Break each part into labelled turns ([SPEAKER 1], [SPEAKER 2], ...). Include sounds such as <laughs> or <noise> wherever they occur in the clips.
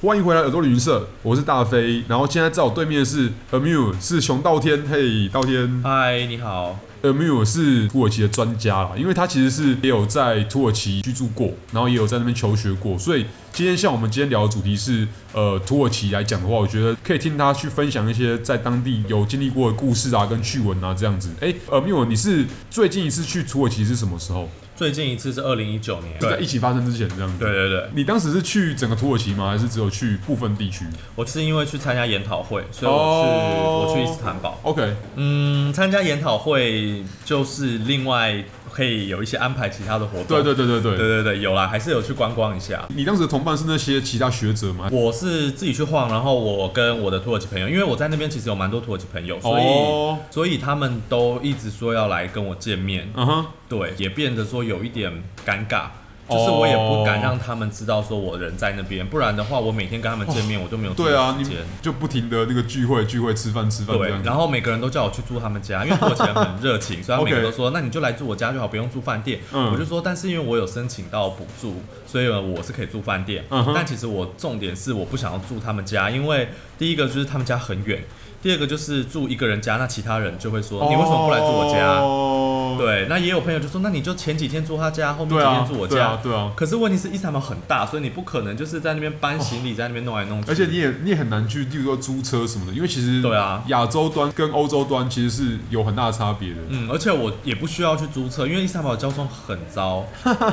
[SPEAKER 1] 欢迎回来耳朵旅行社，我是大飞。然后现在在我对面的是 Amu，是熊道天。嘿，道天
[SPEAKER 2] 嗨，你好。
[SPEAKER 1] ，Amu 是土耳其的专家啦，因为他其实是也有在土耳其居住过，然后也有在那边求学过。所以今天像我们今天聊的主题是，呃，土耳其来讲的话，我觉得可以听他去分享一些在当地有经历过的故事啊，跟趣闻啊这样子。哎，Amu，你是最近一次去土耳其是什么时候？
[SPEAKER 2] 最近一次是二零一九年，
[SPEAKER 1] 是在疫情发生之前这样子。
[SPEAKER 2] 对对对，
[SPEAKER 1] 你当时是去整个土耳其吗？还是只有去部分地区
[SPEAKER 2] 我是因为去参加研讨会，所以
[SPEAKER 1] 哦
[SPEAKER 2] 我去我去伊斯坦堡。
[SPEAKER 1] ？OK，
[SPEAKER 2] 嗯，参加研讨会就是另外可以有一些安排其他的活动。
[SPEAKER 1] 对对对对
[SPEAKER 2] 对
[SPEAKER 1] 对。
[SPEAKER 2] 对对有啦，还是有去观光一下。
[SPEAKER 1] 你当时的同伴是那些其他学者吗？
[SPEAKER 2] 我是自己去晃，然后我跟我的土耳其朋友，因为我在那边其实有蛮多土耳其朋友，所以、
[SPEAKER 1] 哦
[SPEAKER 2] 所以他们都一直说要来跟我见面，
[SPEAKER 1] 嗯哼，
[SPEAKER 2] 对，也变得说有一点尴尬，就是我也不敢
[SPEAKER 1] 哦
[SPEAKER 2] 让他们知道说我人在那边，不然的话，我每天跟他们见面，我就没有自己
[SPEAKER 1] 对啊，
[SPEAKER 2] 的时
[SPEAKER 1] 你
[SPEAKER 2] 间。
[SPEAKER 1] 就不停的那个聚会聚会吃饭吃饭这
[SPEAKER 2] 对
[SPEAKER 1] 样，子
[SPEAKER 2] 然。后每个人都叫我去住他们家，因为土耳其人很热情，所以他
[SPEAKER 1] OK
[SPEAKER 2] 每个人
[SPEAKER 1] <laughs>
[SPEAKER 2] 都说，那你就来住我家就好，不用住饭店。
[SPEAKER 1] 嗯
[SPEAKER 2] 我就说，但是因为我有申请到补助，所以呃我是可以住饭店。
[SPEAKER 1] 嗯哼
[SPEAKER 2] 但其实我重点是我不想要住他们家，因为第一个就是他们家很远，第二个就是住一个人家，那其他人就会说，你为什么不来住我家？
[SPEAKER 1] 哦
[SPEAKER 2] 对，那也有朋友就说，那你就前几天住他家，后面
[SPEAKER 1] 对
[SPEAKER 2] 几天
[SPEAKER 1] 啊，
[SPEAKER 2] 住我
[SPEAKER 1] 对
[SPEAKER 2] 家。
[SPEAKER 1] 啊，对啊。
[SPEAKER 2] 可是问题是伊斯坦堡很大，所以你不可能就是在那边搬行李，在那边弄来弄
[SPEAKER 1] 哦
[SPEAKER 2] 去。
[SPEAKER 1] 而且你也你也很难去，例如说租车什么的，因为其实
[SPEAKER 2] 对啊
[SPEAKER 1] 亚洲端跟欧洲端其实是有很大的差别的。
[SPEAKER 2] 嗯，而且我也不需要去租车，因为伊斯坦堡的交通很
[SPEAKER 1] <laughs>
[SPEAKER 2] 糟，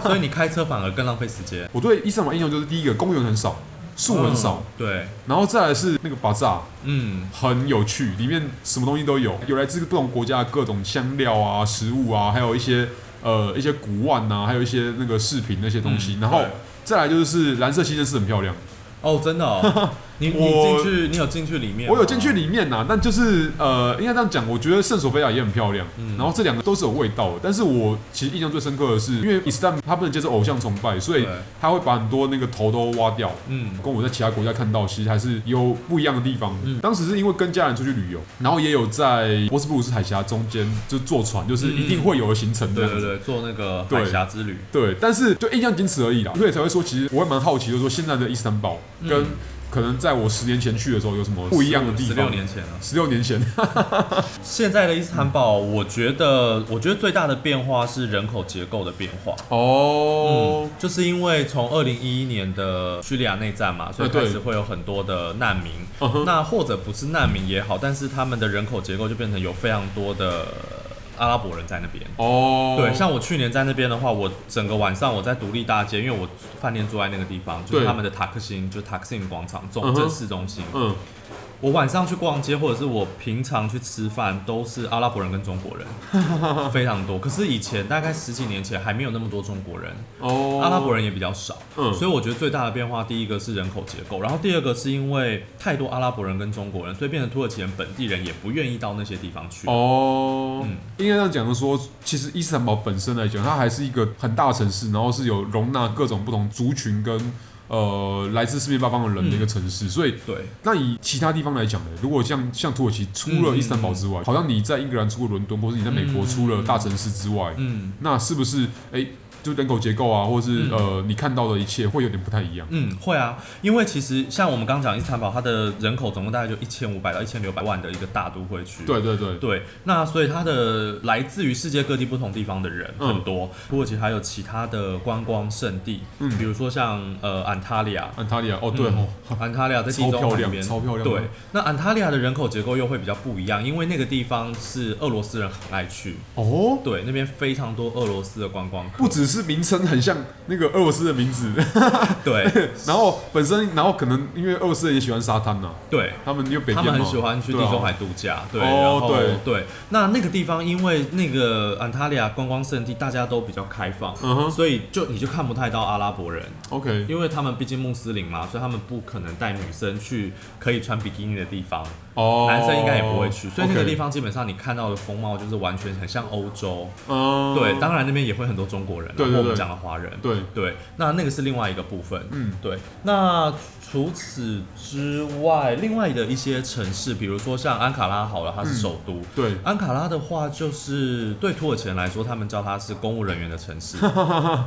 [SPEAKER 2] 所以你开车反而更浪费时间。
[SPEAKER 1] 我对伊斯坦堡印象就是第一个公园很少，树很少，
[SPEAKER 2] 嗯对，
[SPEAKER 1] 然后再来是那个巴扎，
[SPEAKER 2] 嗯，
[SPEAKER 1] 很有趣，里面什么东西都有，有来自不同国家的各种香料啊、食物啊，还有一些呃一些古玩啊，还有一些那个饰品那些东西。
[SPEAKER 2] 嗯
[SPEAKER 1] 然后
[SPEAKER 2] 对
[SPEAKER 1] 再来就是蓝色新生是很漂亮，
[SPEAKER 2] 哦，真的、哦，
[SPEAKER 1] <laughs>
[SPEAKER 2] 你你
[SPEAKER 1] 我
[SPEAKER 2] 进去，你有进去里面？
[SPEAKER 1] 我有进去，里面呐、但就是呃应该这样讲，我觉得圣索菲亚也很漂亮，
[SPEAKER 2] 嗯
[SPEAKER 1] 然后这两个都是有味道的。但是我其实印象最深刻的是，因为伊斯兰他不能接受偶像崇拜，所以
[SPEAKER 2] 对
[SPEAKER 1] 他会把很多那个头都挖掉。
[SPEAKER 2] 嗯，
[SPEAKER 1] 跟我在其他国家看到，其实还是有不一样的地方。当时是因为跟家人出去旅游，然后也有在博斯布鲁斯海峡中间就坐船，就是一定会有的行程这
[SPEAKER 2] 嗯对
[SPEAKER 1] 样子。
[SPEAKER 2] 对对，做那个
[SPEAKER 1] 对
[SPEAKER 2] 海峡之旅，
[SPEAKER 1] 对，但是就印象仅此而已啦，所以才会说，其实我也蛮好奇，就是说现在的伊斯坦堡
[SPEAKER 2] 嗯
[SPEAKER 1] 跟可能在我十年前去的时候有什么不一样的地
[SPEAKER 2] 十
[SPEAKER 1] 方？
[SPEAKER 2] 六年前了。
[SPEAKER 1] 十六年前，
[SPEAKER 2] 现在的伊斯坦堡，我觉得，我觉得最大的变化是人口结构的变化。
[SPEAKER 1] 哦
[SPEAKER 2] 嗯，，就是因为从二零一一年的叙利亚内战嘛，所以
[SPEAKER 1] 哎对
[SPEAKER 2] 开始会有很多的难民。
[SPEAKER 1] 嗯哼
[SPEAKER 2] 那或者不是难民也好，但是他们的人口结构就变成有非常多的阿拉伯人在那边。
[SPEAKER 1] 哦，
[SPEAKER 2] 对，像我去年在那边的话，我整个晚上我在独立大街，因为我饭店住在那个地方，就是
[SPEAKER 1] 对
[SPEAKER 2] 他们的塔克辛，就是塔克辛广场
[SPEAKER 1] 嗯
[SPEAKER 2] 重
[SPEAKER 1] 哼
[SPEAKER 2] 镇市中心。
[SPEAKER 1] 嗯，
[SPEAKER 2] 我晚上去逛街，或者是我平常去吃饭，都是阿拉伯人跟中国人，
[SPEAKER 1] <laughs>
[SPEAKER 2] 非常多。可是以前大概十几年前还没有那么多中国人，
[SPEAKER 1] 哦，
[SPEAKER 2] 阿拉伯人也比较少，
[SPEAKER 1] 嗯
[SPEAKER 2] 所以我觉得最大的变化，第一个是人口结构，然后第二个是因为太多阿拉伯人跟中国人，所以变成土耳其人本地人也不愿意到那些地方去。
[SPEAKER 1] 哦，
[SPEAKER 2] 嗯
[SPEAKER 1] 应该这样讲的说，其实伊斯坦堡本身来讲，它还是一个很大的城市，然后是有容纳各种不同族群跟呃来自四面八方的人的一个城
[SPEAKER 2] 嗯
[SPEAKER 1] 市，所以。
[SPEAKER 2] 对，
[SPEAKER 1] 那以其他地方来讲呢，如果像像土耳其除了伊斯坦堡之外，好像你在英格兰、除了伦敦，或是你在美国
[SPEAKER 2] 嗯
[SPEAKER 1] 除了大城市之外，
[SPEAKER 2] 嗯
[SPEAKER 1] 那是不是哎、就人口结构啊，或是、
[SPEAKER 2] 嗯
[SPEAKER 1] 呃你看到的一切会有点不太一样？
[SPEAKER 2] 嗯，会啊，因为其实像我们刚讲伊斯坦堡，它的人口总共大概就一千五百到一千六百万的一个大都会区。
[SPEAKER 1] 对对对，
[SPEAKER 2] 对，那所以它的来自于世界各地不同地方的人
[SPEAKER 1] 嗯
[SPEAKER 2] 很多，土耳其还有其他的观光胜地，
[SPEAKER 1] 嗯
[SPEAKER 2] 比如说像呃安塔利亚，
[SPEAKER 1] 安塔利亚哦对哦，
[SPEAKER 2] 安塔利亚在地
[SPEAKER 1] 超漂
[SPEAKER 2] 中海
[SPEAKER 1] 亮
[SPEAKER 2] 那边，
[SPEAKER 1] 超漂亮
[SPEAKER 2] 对，那安塔利亚的人口结构又会比较不一样，因为那个地方是俄罗斯人很爱去，
[SPEAKER 1] 哦，
[SPEAKER 2] 对，那边非常多俄罗斯的观光客，
[SPEAKER 1] 不只是名称很像那个俄罗斯的名字，
[SPEAKER 2] 对
[SPEAKER 1] 然后本身，然后可能因为俄罗斯人也喜欢沙滩呐、 <laughs>
[SPEAKER 2] 对。
[SPEAKER 1] 他们有北边
[SPEAKER 2] 他
[SPEAKER 1] 嘛
[SPEAKER 2] 们很喜欢去地中海度假，对，然后
[SPEAKER 1] 对
[SPEAKER 2] 对，那那个地方因为那个安塔利亚观光胜地，大家都比较开放，
[SPEAKER 1] 嗯哼
[SPEAKER 2] 所以就你就看不太到阿拉伯人，
[SPEAKER 1] OK，
[SPEAKER 2] 因为他们毕竟穆斯林嘛，所以他们不可能带女生去可以穿比基尼的地方，
[SPEAKER 1] 哦，
[SPEAKER 2] 男生应该也不会去，所以那个
[SPEAKER 1] OK
[SPEAKER 2] 地，方基本上你看到的风貌就是完全很像欧洲。
[SPEAKER 1] 嗯
[SPEAKER 2] 对，当然那边也会很多中国人啊、
[SPEAKER 1] 对对对
[SPEAKER 2] 或我
[SPEAKER 1] 对
[SPEAKER 2] 们讲的华人。
[SPEAKER 1] 对，
[SPEAKER 2] 对，那那个是另外一个部分。
[SPEAKER 1] 嗯，
[SPEAKER 2] 对，那除此之外，另外的一些城市，比如说像安卡拉好了，它是首都。
[SPEAKER 1] 对，
[SPEAKER 2] 安卡拉的话，就是对土耳其人来说，他们叫它是公务人员的
[SPEAKER 1] <laughs>
[SPEAKER 2] 城市，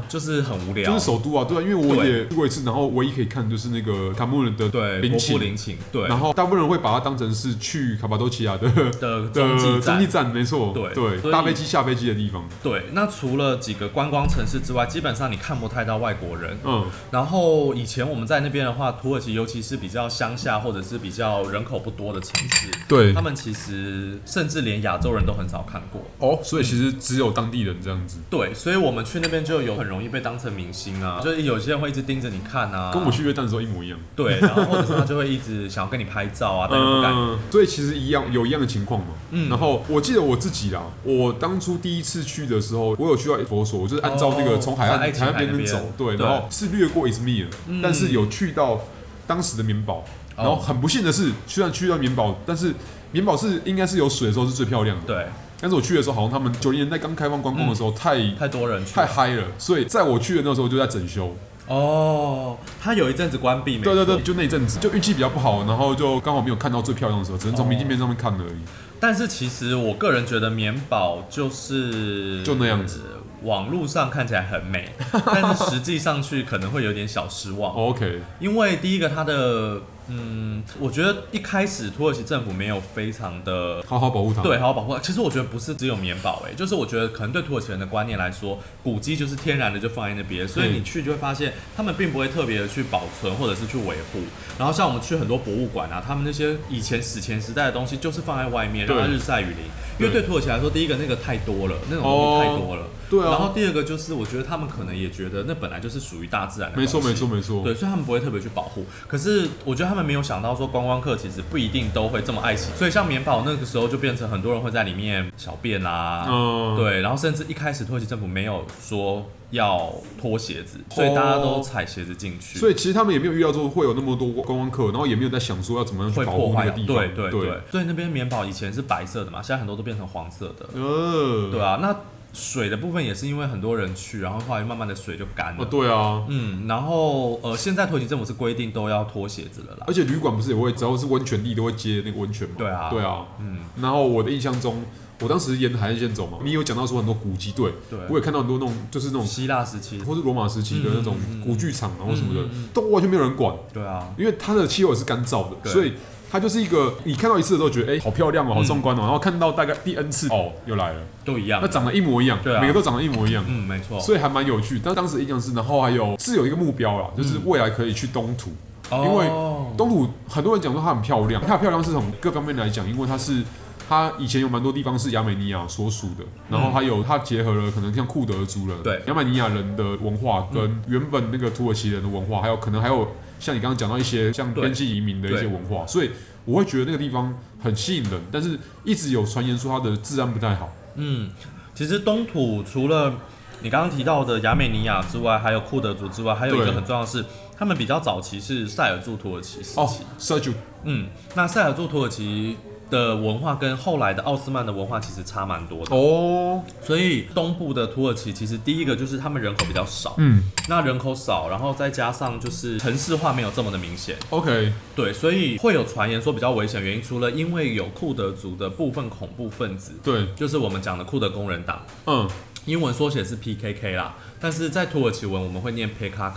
[SPEAKER 2] 就是很无聊。
[SPEAKER 1] 就是首都啊，对啊，因为我
[SPEAKER 2] 对
[SPEAKER 1] 也去过一次，然后唯一可以看就是那个卡穆尔的
[SPEAKER 2] 对，
[SPEAKER 1] 陵
[SPEAKER 2] 国父
[SPEAKER 1] 寝，
[SPEAKER 2] 陵寝，对
[SPEAKER 1] 然后大部分人会把它当成是去卡巴多奇亚 <laughs> 的
[SPEAKER 2] 的中继
[SPEAKER 1] 的呃
[SPEAKER 2] 站
[SPEAKER 1] 中继。站，没错，
[SPEAKER 2] 对所
[SPEAKER 1] 对，
[SPEAKER 2] 以
[SPEAKER 1] 搭飞机下飞机的地方，
[SPEAKER 2] 对，那除了几个观光城市之外，基本上你看不太到外国人。
[SPEAKER 1] 嗯，
[SPEAKER 2] 然后以前我们在那边的话，土耳其尤其是比较乡下或者是比较人口不多的城市，
[SPEAKER 1] 对
[SPEAKER 2] 他，们其实甚至连亚洲人都很少看过。
[SPEAKER 1] 哦，所以其实只有当地人这样子，
[SPEAKER 2] 对，所以我们去那边就有很容易被当成明星啊，就是有些人会一直盯着你看啊，
[SPEAKER 1] 嗯跟我去约旦的时候一模一样， <laughs>
[SPEAKER 2] 对，然后或者是他就会一直想要跟你拍照啊，但是不敢。
[SPEAKER 1] 嗯，所以其实一样有一样的情况嘛。嗯，然后我记得我自己啦，我当初第一次去的时候，我有去到佛所，我就是按照那个
[SPEAKER 2] 哦
[SPEAKER 1] 从海岸
[SPEAKER 2] 在埃及
[SPEAKER 1] 海岸边
[SPEAKER 2] 海那
[SPEAKER 1] 边
[SPEAKER 2] 边
[SPEAKER 1] 走，对，
[SPEAKER 2] 对嗯
[SPEAKER 1] 然后是略过伊兹密尔，但是有去到当时的棉堡，
[SPEAKER 2] 哦
[SPEAKER 1] 然后很不幸的是，虽然去到棉堡，但是。棉堡是应该是有水的时候是最漂亮的，
[SPEAKER 2] 对，嗯
[SPEAKER 1] 但是我去的时候好像他们九零年代刚开放观光的时候太
[SPEAKER 2] 太多人去
[SPEAKER 1] 太嗨了，所以在我去的那时候就在整修，
[SPEAKER 2] 哦，他有一阵子关闭，没
[SPEAKER 1] 对对
[SPEAKER 2] 错
[SPEAKER 1] 对，就那一阵子就运气比较不好，然后就刚好没有看到最漂亮的时候，只能从明信片上面看而已。
[SPEAKER 2] 但是其实我个人觉得棉堡就是
[SPEAKER 1] 就那样子，
[SPEAKER 2] 网络上看起来很美， <laughs> 但是实际上去可能会有点小失望，
[SPEAKER 1] 哦 OK，
[SPEAKER 2] 因为第一个它的嗯，我觉得一开始土耳其政府没有非常的。
[SPEAKER 1] 好好保护它。
[SPEAKER 2] 对，，好好保护它。其实我觉得不是只有棉堡、欸，就是我觉得可能对土耳其人的观念来说，古迹就是天然的就放在那边，所以
[SPEAKER 1] 嗯
[SPEAKER 2] 你去就会发现他们并不会特别的去保存或者是去维护。然后像我们去很多博物馆啊，他们那些以前史前时代的东西就是放在外面，让它
[SPEAKER 1] 对
[SPEAKER 2] 日晒雨淋。因为
[SPEAKER 1] 对
[SPEAKER 2] 对土耳其来说，第一个那个太多了，那种东西太多了。
[SPEAKER 1] 对啊
[SPEAKER 2] 然后第二个就是，我觉得他们可能也觉得那本来就是属于大自然的东
[SPEAKER 1] 没
[SPEAKER 2] 西。
[SPEAKER 1] 错没错没错。
[SPEAKER 2] 对，所以他们不会特别去保护。可是我觉得他们没有想到说观光客其实不一定都会这么爱惜，所以像棉堡那个时候就变成很多人会在里面小便啦、
[SPEAKER 1] 嗯
[SPEAKER 2] 对，然后甚至一开始土耳其政府没有说要脱鞋子，所以大家都踩鞋子进去。
[SPEAKER 1] 哦所以其实他们也没有预料中会有那么多观光客，然后也没有在想说要怎么样去
[SPEAKER 2] 会
[SPEAKER 1] 保
[SPEAKER 2] 破
[SPEAKER 1] 护那
[SPEAKER 2] 坏
[SPEAKER 1] 个
[SPEAKER 2] 掉
[SPEAKER 1] 地方。
[SPEAKER 2] 对对对，所以那边棉堡以前是白色的嘛，现在很多都变成黄色的，
[SPEAKER 1] 呃，
[SPEAKER 2] 对啊。那水的部分也是因为很多人去，然后后来慢慢的水就干了。
[SPEAKER 1] 哦对啊，
[SPEAKER 2] 嗯，然后呃，现在土耳其政府是规定都要脱鞋子了啦
[SPEAKER 1] 而。且旅馆不是也会，只要是温泉地都会接那个温泉嘛。
[SPEAKER 2] 对啊
[SPEAKER 1] 对啊。
[SPEAKER 2] 嗯，
[SPEAKER 1] 然后我的印象中，我当时沿海岸线走嘛，你有讲到说很多古迹，对，
[SPEAKER 2] 对嗯
[SPEAKER 1] 我也看到很多那种就是那种
[SPEAKER 2] 希腊时期
[SPEAKER 1] 或是罗马时期的那
[SPEAKER 2] 嗯
[SPEAKER 1] 种古剧场啊或什么的，都完全没有人管。
[SPEAKER 2] 对啊，
[SPEAKER 1] 因为它的气候也是干燥的，
[SPEAKER 2] 对嗯
[SPEAKER 1] 所以它就是一个你看到一次的时候觉得哎、好漂亮哦，好壮观哦，然后看到大概第 N 次哦又来了，
[SPEAKER 2] 都一样
[SPEAKER 1] 那。长得一模一样，
[SPEAKER 2] 对啊
[SPEAKER 1] 每个都长得一模一样。
[SPEAKER 2] 嗯，没错。
[SPEAKER 1] 所以还蛮有趣，但当时印象是，然后还有是有一个目标啦，
[SPEAKER 2] 嗯
[SPEAKER 1] 就是未来可以去东土，因为
[SPEAKER 2] 哦
[SPEAKER 1] 东土很多人讲说它很漂亮，它的漂亮是从各方面来讲，因为它是它以前有蛮多地方是亚美尼亚所属的，然后还有它结合了可能像库德族人、
[SPEAKER 2] 对
[SPEAKER 1] 亚美尼亚人的文化跟原本那个土耳其人的文化，还有可能还有像你刚刚讲到一些像
[SPEAKER 2] 对
[SPEAKER 1] 边境移民的一些
[SPEAKER 2] 对
[SPEAKER 1] 文化，所以我会觉得那个地方很吸引人，但是一直有传言说它的治安不太好，
[SPEAKER 2] 嗯，其实东土除了你刚刚提到的亚美尼亚之外，还有库德族之外，还有一
[SPEAKER 1] 对
[SPEAKER 2] 个很重要的是，他们比较早期是塞尔柱土耳其时期。
[SPEAKER 1] 哦 s e r g
[SPEAKER 2] 嗯，那塞尔柱土耳其。的文化跟后来的奥斯曼的文化其实差蛮多的，
[SPEAKER 1] 哦，
[SPEAKER 2] 所以东部的土耳其其实第一个就是他们人口比较少，
[SPEAKER 1] 嗯
[SPEAKER 2] 那人口少，然后再加上就是城市化没有这么的明显，
[SPEAKER 1] ，OK，
[SPEAKER 2] 对，所以会有传言说比较危险的原因，除了因为有库德族的部分恐怖分子，
[SPEAKER 1] 对，
[SPEAKER 2] 就是我们讲的库德工人党，
[SPEAKER 1] 嗯。
[SPEAKER 2] 英文缩写是 PKK 啦，但是在土耳其文我们会念 PKK，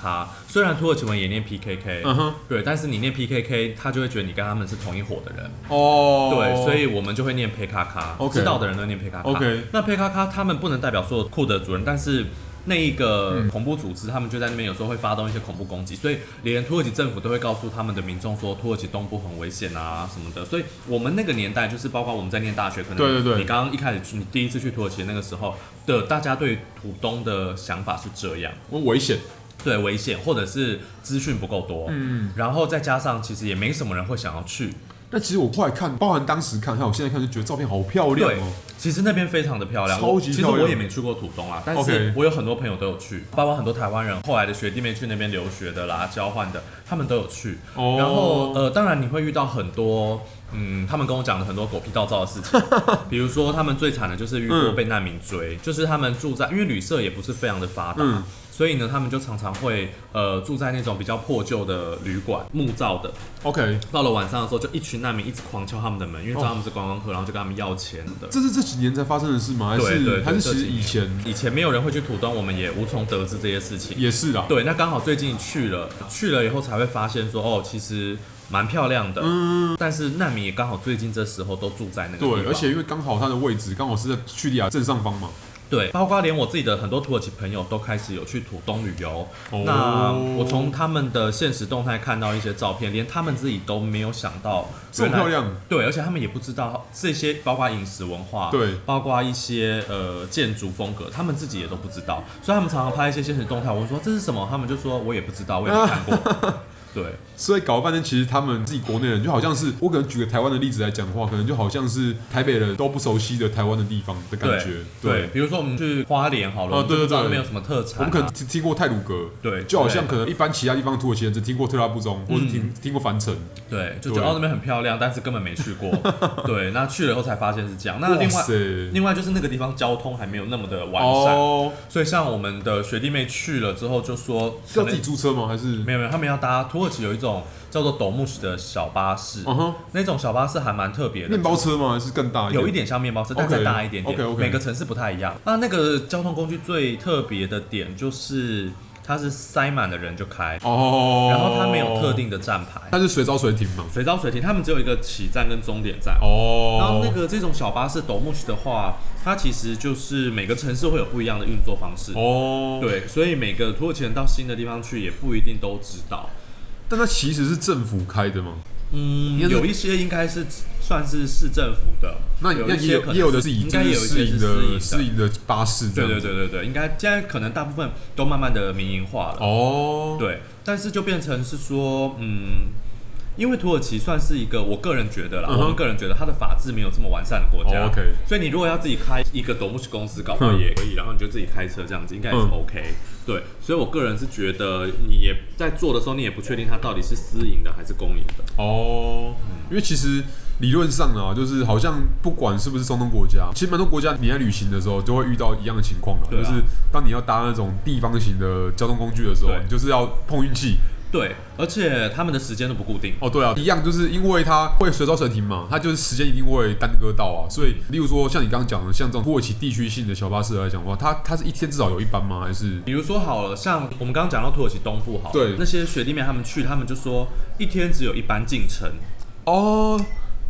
[SPEAKER 2] 虽然土耳其文也念 PKK，、
[SPEAKER 1] 嗯哼，
[SPEAKER 2] 对，但是你念 PKK，他就会觉得你跟他们是同一伙的人，
[SPEAKER 1] 哦，
[SPEAKER 2] 对，所以我们就会念 PKK，、
[SPEAKER 1] OK
[SPEAKER 2] 知道的人都念 PKK。
[SPEAKER 1] OK
[SPEAKER 2] 那 PKK 他们不能代表所有库德族人，但是那一
[SPEAKER 1] 嗯
[SPEAKER 2] 个恐怖组织，他们就在那边有时候会发动一些恐怖攻击，所以连土耳其政府都会告诉他们的民众说，土耳其东部很危险啊什么的。所以我们那个年代，就是包括我们在念大学，可能
[SPEAKER 1] 对对对
[SPEAKER 2] 你刚刚一开始去，你第一次去土耳其那个时候的，大家对土东的想法是这样。
[SPEAKER 1] 我危险，
[SPEAKER 2] 对危险，或者是资讯不够多，嗯，然后再加上其实也没什么人会想要去，
[SPEAKER 1] 但其实我后来看，包含当时看，还有我现在看，就觉得照片好漂亮
[SPEAKER 2] 对
[SPEAKER 1] 哦。，
[SPEAKER 2] 其实那边非常的漂亮，
[SPEAKER 1] 超级
[SPEAKER 2] 我
[SPEAKER 1] 漂
[SPEAKER 2] 其实
[SPEAKER 1] 亮
[SPEAKER 2] 我也没去过土东啦，但
[SPEAKER 1] OK
[SPEAKER 2] 是我有很多朋友都有去，包括很多台湾人后来的学弟妹去那边留学的啦、交换的，他们都有去。
[SPEAKER 1] 哦
[SPEAKER 2] 然后呃，当然你会遇到很多嗯，他们跟我讲了很多狗屁倒灶的
[SPEAKER 1] <laughs>
[SPEAKER 2] 事情，比如说他们最惨的就是遇过
[SPEAKER 1] 嗯
[SPEAKER 2] 被难民追，就是他们住在，因为旅社也不是非常的发达，
[SPEAKER 1] 嗯
[SPEAKER 2] 所以呢，他们就常常会呃住在那种比较破旧的旅馆，木造的。
[SPEAKER 1] OK，
[SPEAKER 2] 到了晚上的时候，就一群难民一直狂敲他们的门，因为知道他们是观光客，然后就跟他们要钱的。
[SPEAKER 1] 这是这几年才发生的事吗？还
[SPEAKER 2] 对对
[SPEAKER 1] 是
[SPEAKER 2] 对
[SPEAKER 1] 还是其
[SPEAKER 2] 这
[SPEAKER 1] 实
[SPEAKER 2] 几
[SPEAKER 1] 以前
[SPEAKER 2] 以前没有人会去土东，我们也无从得知这些事情。
[SPEAKER 1] 也是啊啦？
[SPEAKER 2] 对，那刚好最近去了，去了以后才会发现说，哦，其实蛮漂亮的。嗯，但是难民也刚好最近这时候都住在那个地
[SPEAKER 1] 对，
[SPEAKER 2] 方
[SPEAKER 1] 而且因为刚好它的位置刚好是在叙利亚正上方嘛。
[SPEAKER 2] 对，包括连我自己的很多土耳其朋友都开始有去土东旅游。
[SPEAKER 1] 哦
[SPEAKER 2] 那我从他们的现实动态看到一些照片，连他们自己都没有想到
[SPEAKER 1] 这么
[SPEAKER 2] 原来
[SPEAKER 1] 漂亮。
[SPEAKER 2] 对，而且他们也不知道这些，包括饮食文化，
[SPEAKER 1] 对
[SPEAKER 2] 包括一些呃建筑风格，他们自己也都不知道。所以他们常常拍一些现实动态，我说这是什么，他们就说我也不知道，我也
[SPEAKER 1] <laughs>
[SPEAKER 2] 没看过。对，
[SPEAKER 1] 所以搞了半天，其实他们自己国内人就好像是，我可能举个台湾的例子来讲的话，可能就好像是台北人都不熟悉的台湾的地方的感
[SPEAKER 2] 对
[SPEAKER 1] 觉。
[SPEAKER 2] 对，，比如说我们去花莲好
[SPEAKER 1] 哦
[SPEAKER 2] 了，我们就不知
[SPEAKER 1] 对
[SPEAKER 2] 道
[SPEAKER 1] 对对
[SPEAKER 2] 那边有什么特
[SPEAKER 1] 我
[SPEAKER 2] 产、啊，
[SPEAKER 1] 们可能听听过泰鲁格，
[SPEAKER 2] 对嗯
[SPEAKER 1] 就好
[SPEAKER 2] 之类
[SPEAKER 1] 像
[SPEAKER 2] 的
[SPEAKER 1] 可能一般其他地方土耳其人只听过特拉布宗，或是听听过凡城。
[SPEAKER 2] 对，就觉
[SPEAKER 1] 嗯对
[SPEAKER 2] 得哦那边很漂亮，但是根本没去过。
[SPEAKER 1] <laughs>
[SPEAKER 2] 对，那去了以后才发现是这样。那另
[SPEAKER 1] 哇
[SPEAKER 2] 外
[SPEAKER 1] 塞
[SPEAKER 2] 另外就是那个地方交通还没有那么的完善，
[SPEAKER 1] 哦，
[SPEAKER 2] 所以像我们的学弟妹去了之后就说，
[SPEAKER 1] 是
[SPEAKER 2] 可
[SPEAKER 1] 要自
[SPEAKER 2] 能
[SPEAKER 1] 己租车吗？还是？
[SPEAKER 2] 没有没有，他们要搭土耳其有一种叫做斗木什的小巴士，
[SPEAKER 1] 嗯哼，
[SPEAKER 2] 那种小巴士还蛮特别的，
[SPEAKER 1] 面包车吗？还是更大一点？
[SPEAKER 2] 有一点像面包车，但
[SPEAKER 1] OK，
[SPEAKER 2] 再大一点点。
[SPEAKER 1] OK，OK
[SPEAKER 2] 每个城市不太一样。那那个交通工具最特别的点就是它是塞满了人就开，
[SPEAKER 1] 哦，
[SPEAKER 2] 然后它没有特，定的站牌，
[SPEAKER 1] 它是随招随停嘛。
[SPEAKER 2] 随招随停，他们只有一个起站跟终点站。
[SPEAKER 1] 哦，
[SPEAKER 2] 然后那个这种小巴士斗木什的话，它其实就是每个城市会有不一样的运作方式。
[SPEAKER 1] 哦，，
[SPEAKER 2] 对，所以每个土耳其人到新的地方去也不一定都知道。
[SPEAKER 1] 但它其实是政府开的嘛。
[SPEAKER 2] 嗯，
[SPEAKER 1] 应该是
[SPEAKER 2] 有一些应该是算是市政府的，
[SPEAKER 1] 那
[SPEAKER 2] 有
[SPEAKER 1] 那
[SPEAKER 2] 一
[SPEAKER 1] 也
[SPEAKER 2] 些
[SPEAKER 1] 有
[SPEAKER 2] 可能
[SPEAKER 1] 也有的是以
[SPEAKER 2] 应该
[SPEAKER 1] 就
[SPEAKER 2] 有一
[SPEAKER 1] 是
[SPEAKER 2] 些
[SPEAKER 1] 私
[SPEAKER 2] 是
[SPEAKER 1] 营
[SPEAKER 2] 私
[SPEAKER 1] 的
[SPEAKER 2] 私
[SPEAKER 1] 私
[SPEAKER 2] 营的。
[SPEAKER 1] 营的巴士这
[SPEAKER 2] 对
[SPEAKER 1] 样
[SPEAKER 2] 对
[SPEAKER 1] 子，
[SPEAKER 2] 对对对，应该现在可能大部分都慢慢的民营化了。
[SPEAKER 1] 哦，
[SPEAKER 2] 对，但是就变成是说，嗯，因为土耳其算是一个，我个人觉得啦，
[SPEAKER 1] 嗯哼
[SPEAKER 2] 我们个人觉得它的法治没有这么完善的国家。
[SPEAKER 1] 哦，OK
[SPEAKER 2] 所以你如果要自己开一个 d o m 公司，搞不好
[SPEAKER 1] 嗯
[SPEAKER 2] 也可以，然后你就自己开车这样子，应该也是
[SPEAKER 1] 嗯
[SPEAKER 2] OK、对，所以我个人是觉得，你也在做的时候，你也不确定它到底是私营的还是公营的。
[SPEAKER 1] 哦，因为其实理论上啊，就是好像不管是不是中东国家，其实蛮多国家你在旅行的时候都会遇到一样的情况啦，
[SPEAKER 2] 对啊
[SPEAKER 1] 就是当你要搭那种地方型的交通工具的时候，
[SPEAKER 2] 对
[SPEAKER 1] 你就是要碰运气。
[SPEAKER 2] 对，而且他们的时间都不固定。
[SPEAKER 1] 哦，对啊，一样就是因为它会随招随停嘛，它就是时间一定会耽搁到啊，所以例如说像你刚刚讲的，像这种土耳其地区性的小巴士来讲的话，它它是一天至少有一班吗？还是
[SPEAKER 2] 比如说好了，像我们刚刚讲到土耳其东部好了，
[SPEAKER 1] 对
[SPEAKER 2] 那些学弟妹他们去，他们就说一天只有一班进城，
[SPEAKER 1] 哦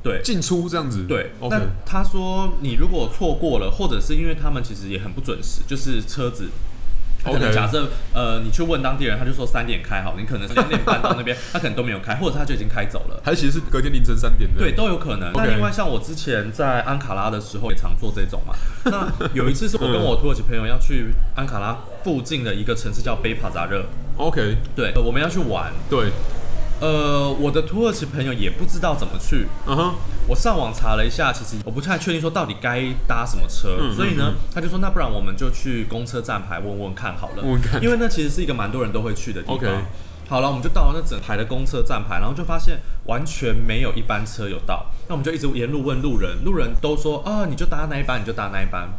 [SPEAKER 2] 对，
[SPEAKER 1] 进出这样子？
[SPEAKER 2] 对，
[SPEAKER 1] ，OK
[SPEAKER 2] 那。他说你如果错过了，或者是因为他们其实也很不准时，就是车子。他可能
[SPEAKER 1] OK
[SPEAKER 2] 假设呃，你去问当地人，他就说三点开好，你可能两点半到那边，他可能都没有开，或者他就已经开走了，
[SPEAKER 1] 还其实是隔天凌晨三点的。
[SPEAKER 2] 对，，都有可能。那
[SPEAKER 1] OK
[SPEAKER 2] 另外像我之前在安卡拉的时候也常做这种嘛。那有一次是我跟我土耳其朋友要去安卡拉附近的一个城市叫贝帕扎热，
[SPEAKER 1] OK，
[SPEAKER 2] 对，呃我们要去玩。
[SPEAKER 1] 对，
[SPEAKER 2] 呃，我的土耳其朋友也不知道怎么去，
[SPEAKER 1] 嗯哼，
[SPEAKER 2] 我上网查了一下，其实我不太确定说到底该搭什么车，
[SPEAKER 1] 嗯
[SPEAKER 2] 所以呢
[SPEAKER 1] 嗯，
[SPEAKER 2] 他就说那不然我们就去公车站牌问问看好了，
[SPEAKER 1] 问问看
[SPEAKER 2] 因为那其实是一个蛮多人都会去的地方。
[SPEAKER 1] OK
[SPEAKER 2] 好了，我们就到了那整排的公车站牌，然后就发现完全没有一班车有到，那我们就一直沿路问路人，路人都说啊，你就搭那一班，你就搭那一班。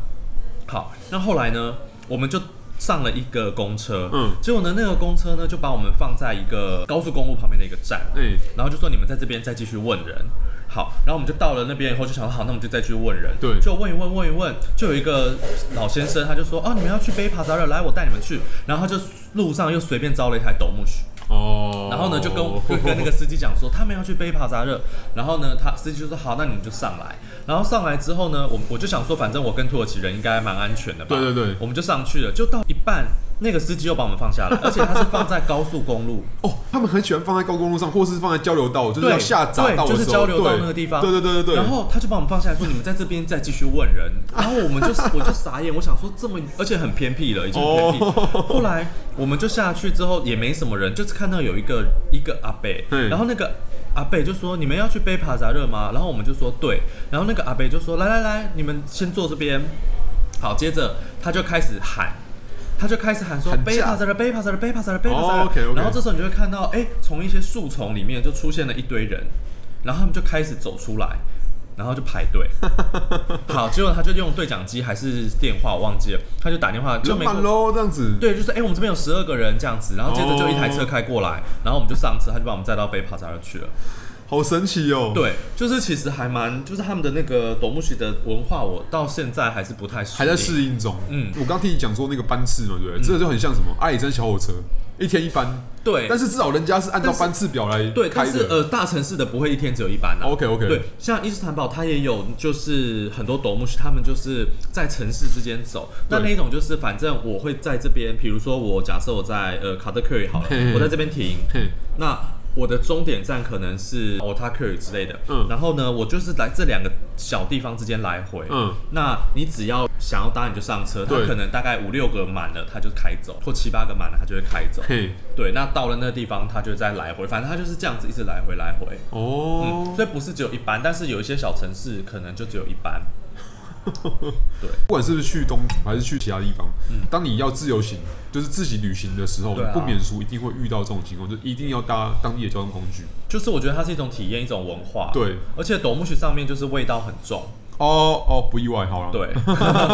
[SPEAKER 2] 好，那后来呢，我们就。上了一个公车，
[SPEAKER 1] 嗯
[SPEAKER 2] 结果呢，那个公车呢就把我们放在一个高速公路旁边的一个站，
[SPEAKER 1] 哎、
[SPEAKER 2] 然后就说你们在这边再继续问人。好，然后我们就到了那边以后就想说好，那我们就再去问人。
[SPEAKER 1] 对
[SPEAKER 2] 就问一问问一问，就有一个老先生他就说哦，你们要去贝帕扎热，来我带你们去。然后他就路上又随便招了一台斗木须，
[SPEAKER 1] 哦，
[SPEAKER 2] 然后呢就
[SPEAKER 1] <laughs>
[SPEAKER 2] 跟就跟那个司机讲说他们要去贝帕扎热，然后呢他司机就说好，那你们就上来。然后上来之后呢，我我就想说反正我跟土耳其人应该蛮安全的吧，
[SPEAKER 1] 对对对
[SPEAKER 2] 我们就上去了，就到一半。那个司机又把我们放下来，而且他是放在高速公路，
[SPEAKER 1] 哦，他们很喜欢放在高公路上，或是放在交流道，就是
[SPEAKER 2] 对，
[SPEAKER 1] 要下匝道的时候，
[SPEAKER 2] 对就是交流道
[SPEAKER 1] 对
[SPEAKER 2] 那个地方。
[SPEAKER 1] 对对对对对。
[SPEAKER 2] 然后他就把我们放下来说：“你们在这边再继续问
[SPEAKER 1] <laughs>
[SPEAKER 2] 人。”然后我们就我就傻眼，我想说这么，而且很偏僻了，已经很偏僻。
[SPEAKER 1] 哦
[SPEAKER 2] 后来我们就下去之后也没什么人，就是看到有一个一个阿贝，
[SPEAKER 1] 对
[SPEAKER 2] 然后那个。阿贝就说：“你们要去背帕扎热吗？”然后我们就说：“对。”然后那个阿贝就说：“来来来，你们先坐这边。”好，接着他就开始喊，他就开始喊说
[SPEAKER 1] 喊：“价
[SPEAKER 2] 贝帕扎热，贝帕扎热，贝帕扎热，贝帕扎热。
[SPEAKER 1] 哦，OK，OK
[SPEAKER 2] 然后这时候你就会看到，哎、从一些树丛里面就出现了一堆人，然后他们就开始走出来，然后就排队。好，结果他就用对讲机还是电话，我忘记了，他就打电话，就
[SPEAKER 1] 人
[SPEAKER 2] 没
[SPEAKER 1] 满喽，这样子。
[SPEAKER 2] 对，就是哎、我们这边有十二个人这样子，然后接着就一台车开过来，然后我们就上车，他就把我们载到北帕扎尔去了。
[SPEAKER 1] 好神奇哦。，
[SPEAKER 2] 对，就是其实还蛮，就是他们的那个斗木曲的文化，我到现在还是不太适
[SPEAKER 1] 还在
[SPEAKER 2] 应
[SPEAKER 1] 适应中。
[SPEAKER 2] 嗯
[SPEAKER 1] 我刚听你讲说那个班次嘛，对不对？这个就很像什么阿里山小火车，一天一班。
[SPEAKER 2] 对，
[SPEAKER 1] 但是至少人家是按照
[SPEAKER 2] 但是
[SPEAKER 1] 班次表来
[SPEAKER 2] 对，
[SPEAKER 1] 开
[SPEAKER 2] 哎但是
[SPEAKER 1] 的。
[SPEAKER 2] 呃，大城市的不会一天只有一班啊。
[SPEAKER 1] OK，OK
[SPEAKER 2] 对，像伊斯坦堡，它也有就是很多斗木是他们就是在城市之间走。那
[SPEAKER 1] 对
[SPEAKER 2] 那一种就是反正我会在这边，比如说我假设我在呃卡特克里好了
[SPEAKER 1] 嘿嘿，
[SPEAKER 2] 我在这边停，
[SPEAKER 1] 嘿，
[SPEAKER 2] 那我的终点站可能是 o t a k u 之类的，
[SPEAKER 1] 嗯
[SPEAKER 2] 然后呢，我就是来这两个小地方之间来回，
[SPEAKER 1] 嗯，
[SPEAKER 2] 那你只要想要搭你就上车，它
[SPEAKER 1] 对
[SPEAKER 2] 可能大概五六个满了，它就开走，或七八个满了，它就会开走，
[SPEAKER 1] 嘿，
[SPEAKER 2] 对，那到了那个地方，它就再来回，反正它就是这样子一直来回来回，
[SPEAKER 1] 哦。
[SPEAKER 2] 嗯所以不是只有一班，但是有一些小城市可能就只有一班，
[SPEAKER 1] 不管是不是去东还是去其他地方，当你要自由行，就是自己旅行的时候，
[SPEAKER 2] 嗯对啊
[SPEAKER 1] 不免俗一定会遇到这种情况，就一定要搭当地的交通工具。
[SPEAKER 2] 就是我觉得它是一种体验，一种文化，
[SPEAKER 1] 对，
[SPEAKER 2] 而且斗木曲上面就是味道很重，
[SPEAKER 1] 哦哦，不意外，好了。
[SPEAKER 2] 对，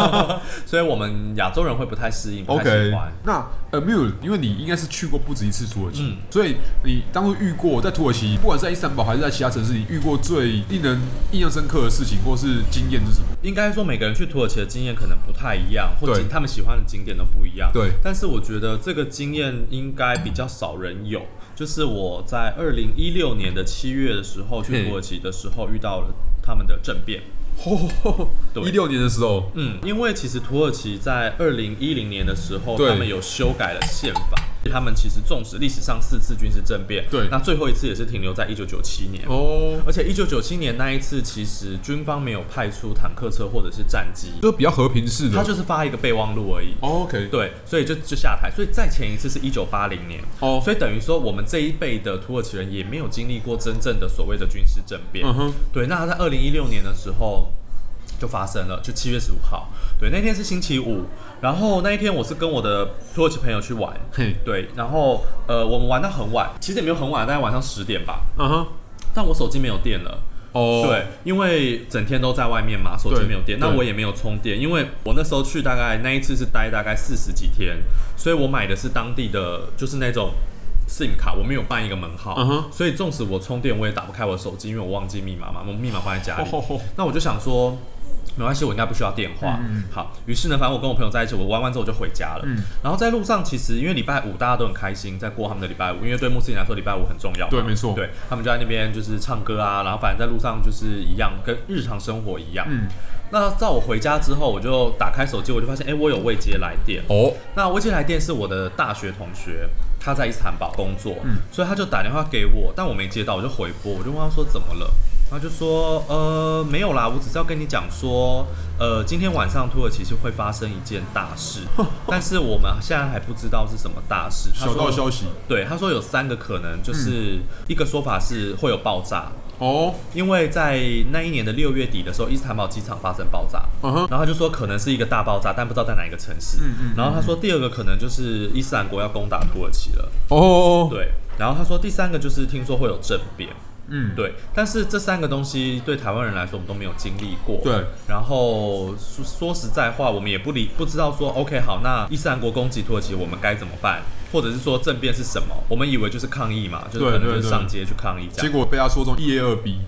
[SPEAKER 1] <laughs>
[SPEAKER 2] 所以我们亚洲人会不太适应，不太喜
[SPEAKER 1] ，OK
[SPEAKER 2] 欢。。
[SPEAKER 1] 那 Amul，因为你应该是去过不止一次土耳其，
[SPEAKER 2] 嗯
[SPEAKER 1] 所以你当初遇过在土耳其，不管是在伊斯坦堡还是在其他城市，你遇过最令人印象深刻的事情或是经验是什么？
[SPEAKER 2] 应该说每个人去土耳其的经验可能不太一样，或者
[SPEAKER 1] 对
[SPEAKER 2] 他们喜欢的景点都不一样。
[SPEAKER 1] 对
[SPEAKER 2] 但是我觉得这个经验应该比较少人有。就是我在二零一六年的七月的时候去
[SPEAKER 1] 嘿
[SPEAKER 2] 土耳其的时候遇到了他们的政变。 <laughs> 对
[SPEAKER 1] 一六年的时候，
[SPEAKER 2] 嗯，因为其实土耳其在二零一零年的时候，
[SPEAKER 1] 对
[SPEAKER 2] 他们有修改了宪法。他们其实纵使历史上四次军事政变，
[SPEAKER 1] 对
[SPEAKER 2] 那最后一次也是停留在一九九七年。
[SPEAKER 1] 哦，
[SPEAKER 2] 而且一九九七年那一次，其实军方没有派出坦克车或者是战机，
[SPEAKER 1] 就比较和平式的。
[SPEAKER 2] 他就是发一个备忘录而已。
[SPEAKER 1] 哦 OK，
[SPEAKER 2] 对，所以就就下台。所以再前一次是一九八零年，
[SPEAKER 1] 哦，
[SPEAKER 2] 所以等于说我们这一辈的土耳其人也没有经历过真正的所谓的军事政变。
[SPEAKER 1] 嗯哼，
[SPEAKER 2] 对，那在二零一六年的时候就发生了，就七月十五号。对，那天是星期五，然后那一天我是跟我的土耳其朋友去玩。
[SPEAKER 1] 嘿，
[SPEAKER 2] 对，然后呃，我们玩到很晚，其实也没有很晚，大概晚上十点吧。
[SPEAKER 1] 嗯哼，
[SPEAKER 2] 但我手机没有电了。
[SPEAKER 1] 哦，
[SPEAKER 2] 对，因为整天都在外面嘛，手机
[SPEAKER 1] 对
[SPEAKER 2] 没有电，那
[SPEAKER 1] 对
[SPEAKER 2] 我也没有充电，因为我那时候去大概那一次是待大概四十几天，所以我买的是当地的，就是那种 SIM 卡，我没有办一个门号
[SPEAKER 1] 嗯哼
[SPEAKER 2] 所以纵使我充电，我也打不开我的手机，因为我忘记密码嘛，我密码放在家里。
[SPEAKER 1] 哦吼吼
[SPEAKER 2] 那我就想说，没关系，我应该不需要电
[SPEAKER 1] 嗯
[SPEAKER 2] 话。好，于是呢，反正我跟我朋友在一起，我玩完之后我就回家了。然后在路上，其实因为礼拜五大家都很开心，在过他们的礼拜五，因为对穆斯林来说，礼拜五很重要嘛。
[SPEAKER 1] 对没错
[SPEAKER 2] 对他们就在那边就是唱歌啊，然后反正在路上就是一样，跟日常生活一样。
[SPEAKER 1] 嗯，
[SPEAKER 2] 那在我回家之后，我就打开手机，我就发现，哎、我有未接来电。
[SPEAKER 1] 哦，
[SPEAKER 2] 那我姐来电是我的大学同学，他在伊斯坦堡工作，所以他就打电话给我，但我没接到，我就回拨，我就问他说怎么了，他就说呃没有啦，我只是要跟你讲说，呃今天晚上土耳其是会发生一件大事，但是我们现在还不知道是什么大事。他
[SPEAKER 1] 小道
[SPEAKER 2] 说
[SPEAKER 1] 消息，
[SPEAKER 2] 对，他说有三个可能，就是、呃一个说法是会有爆炸，
[SPEAKER 1] 哦，
[SPEAKER 2] 因为在那一年的六月底的时候，伊斯坦堡机场发生爆炸，
[SPEAKER 1] 嗯哼，
[SPEAKER 2] 然后他就说可能是一个大爆炸，但不知道在哪一个城市。
[SPEAKER 1] 嗯嗯
[SPEAKER 2] 然后他说第二个可能就是伊斯兰国要攻打土耳其了，
[SPEAKER 1] 哦，
[SPEAKER 2] 对。然后他说第三个就是听说会有政变，
[SPEAKER 1] 嗯，
[SPEAKER 2] 对。但是这三个东西对台湾人来说，我们都没有经历过。
[SPEAKER 1] 对。
[SPEAKER 2] 然后说说实在话，我们也不理不知道说 OK 好，那伊斯兰国攻击土耳其，我们该怎么办？或者是说政变是什么？我们以为就是抗议嘛，就是
[SPEAKER 1] 对
[SPEAKER 2] 可能
[SPEAKER 1] 对
[SPEAKER 2] 就是
[SPEAKER 1] 对
[SPEAKER 2] 上街去抗议这样。
[SPEAKER 1] 结果被他说中一 A 二 B，